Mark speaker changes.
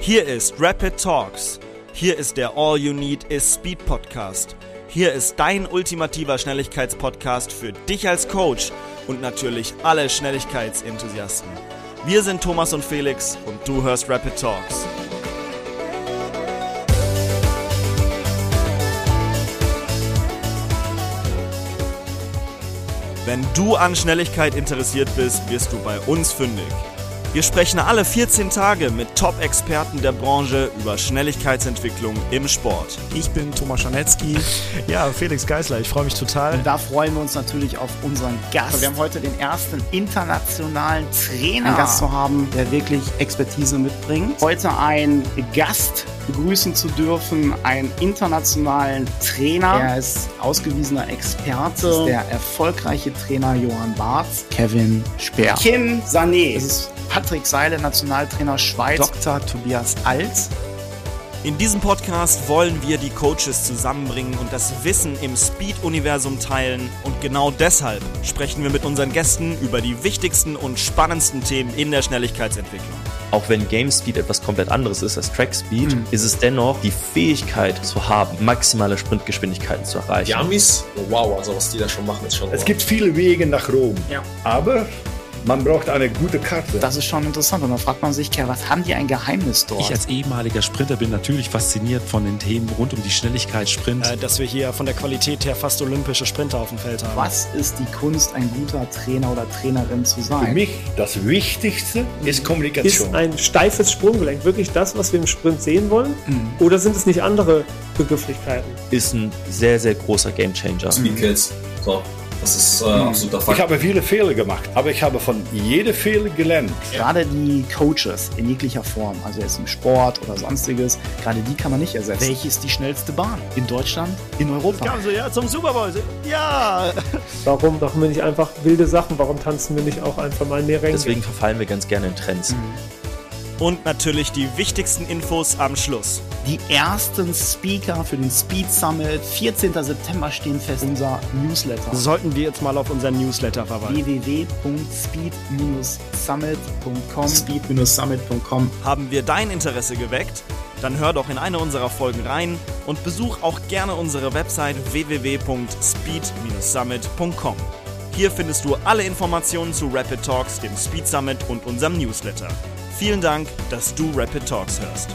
Speaker 1: Hier ist Rapid Talks. Hier ist der All You Need is Speed Podcast. Hier ist dein ultimativer Schnelligkeitspodcast für dich als Coach und natürlich alle Schnelligkeitsenthusiasten. Wir sind Thomas und Felix und du hörst Rapid Talks. Wenn du an Schnelligkeit interessiert bist, wirst du bei uns fündig. Wir sprechen alle 14 Tage mit Top-Experten der Branche über Schnelligkeitsentwicklung im Sport.
Speaker 2: Ich bin Thomas Schanetzky. Ja, Felix Geisler, ich freue mich total.
Speaker 3: Und da freuen wir uns natürlich auf unseren Gast. Wir haben heute den ersten internationalen Trainer. Einen Gast zu haben, der wirklich Expertise mitbringt. Heute einen Gast begrüßen zu dürfen, einen internationalen Trainer. Er ist ausgewiesener Experte, ist der erfolgreiche Trainer Johann Barth, Kevin Speer. Kim Sané. Das ist Patrick Seile, Nationaltrainer Schweiz. Dr. Tobias Alt.
Speaker 1: In diesem Podcast wollen wir die Coaches zusammenbringen und das Wissen im Speed-Universum teilen. Und genau deshalb sprechen wir mit unseren Gästen über die wichtigsten und spannendsten Themen in der Schnelligkeitsentwicklung.
Speaker 4: Auch wenn Game Speed etwas komplett anderes ist als Track Speed, mhm. ist es dennoch die Fähigkeit zu haben, maximale Sprintgeschwindigkeiten zu erreichen.
Speaker 5: Die Amis, wow, also was die da schon machen, ist schon.
Speaker 6: Es wow. gibt viele Wege nach Rom.
Speaker 3: Ja.
Speaker 6: Aber man braucht eine gute Karte.
Speaker 3: Das ist schon interessant. Und dann fragt man sich, was haben die ein Geheimnis dort?
Speaker 7: Ich als ehemaliger Sprinter bin natürlich fasziniert von den Themen rund um die Schnelligkeit, Sprint.
Speaker 2: Äh, dass wir hier von der Qualität her fast olympische Sprinter auf dem Feld haben.
Speaker 3: Was ist die Kunst, ein guter Trainer oder Trainerin zu sein?
Speaker 6: Für mich das Wichtigste ist Kommunikation.
Speaker 8: Mhm. Ist ein steifes Sprunggelenk wirklich das, was wir im Sprint sehen wollen? Mhm. Oder sind es nicht andere Begrifflichkeiten?
Speaker 4: Ist ein sehr, sehr großer Gamechanger.
Speaker 7: Mhm.
Speaker 5: Speedkills. So. Das ist äh, absoluter Fakt.
Speaker 6: Ich habe viele Fehler gemacht, aber ich habe von jedem Fehler gelernt.
Speaker 3: Gerade die Coaches in jeglicher Form, also jetzt im Sport oder sonstiges, gerade die kann man nicht ersetzen. Welche ist die schnellste Bahn? In Deutschland? In Europa?
Speaker 2: Kam so, ja, zum Super Bowl. Ja!
Speaker 8: Warum machen wir nicht einfach wilde Sachen? Warum tanzen wir nicht auch einfach mal in die Ränge?
Speaker 4: Deswegen verfallen wir ganz gerne in Trends. Mhm.
Speaker 1: Und natürlich die wichtigsten Infos am Schluss.
Speaker 3: Die ersten Speaker für den Speed Summit, 14. September stehen fest, unser Newsletter.
Speaker 2: Sollten wir jetzt mal auf unseren Newsletter verweisen.
Speaker 3: www.speed-summit.com Speed-summit.com
Speaker 1: Haben wir dein Interesse geweckt? Dann hör doch in eine unserer Folgen rein und besuch auch gerne unsere Website www.speed-summit.com. Hier findest du alle Informationen zu Rapid Talks, dem Speed Summit und unserem Newsletter. Vielen Dank, dass du Rapid Talks hörst.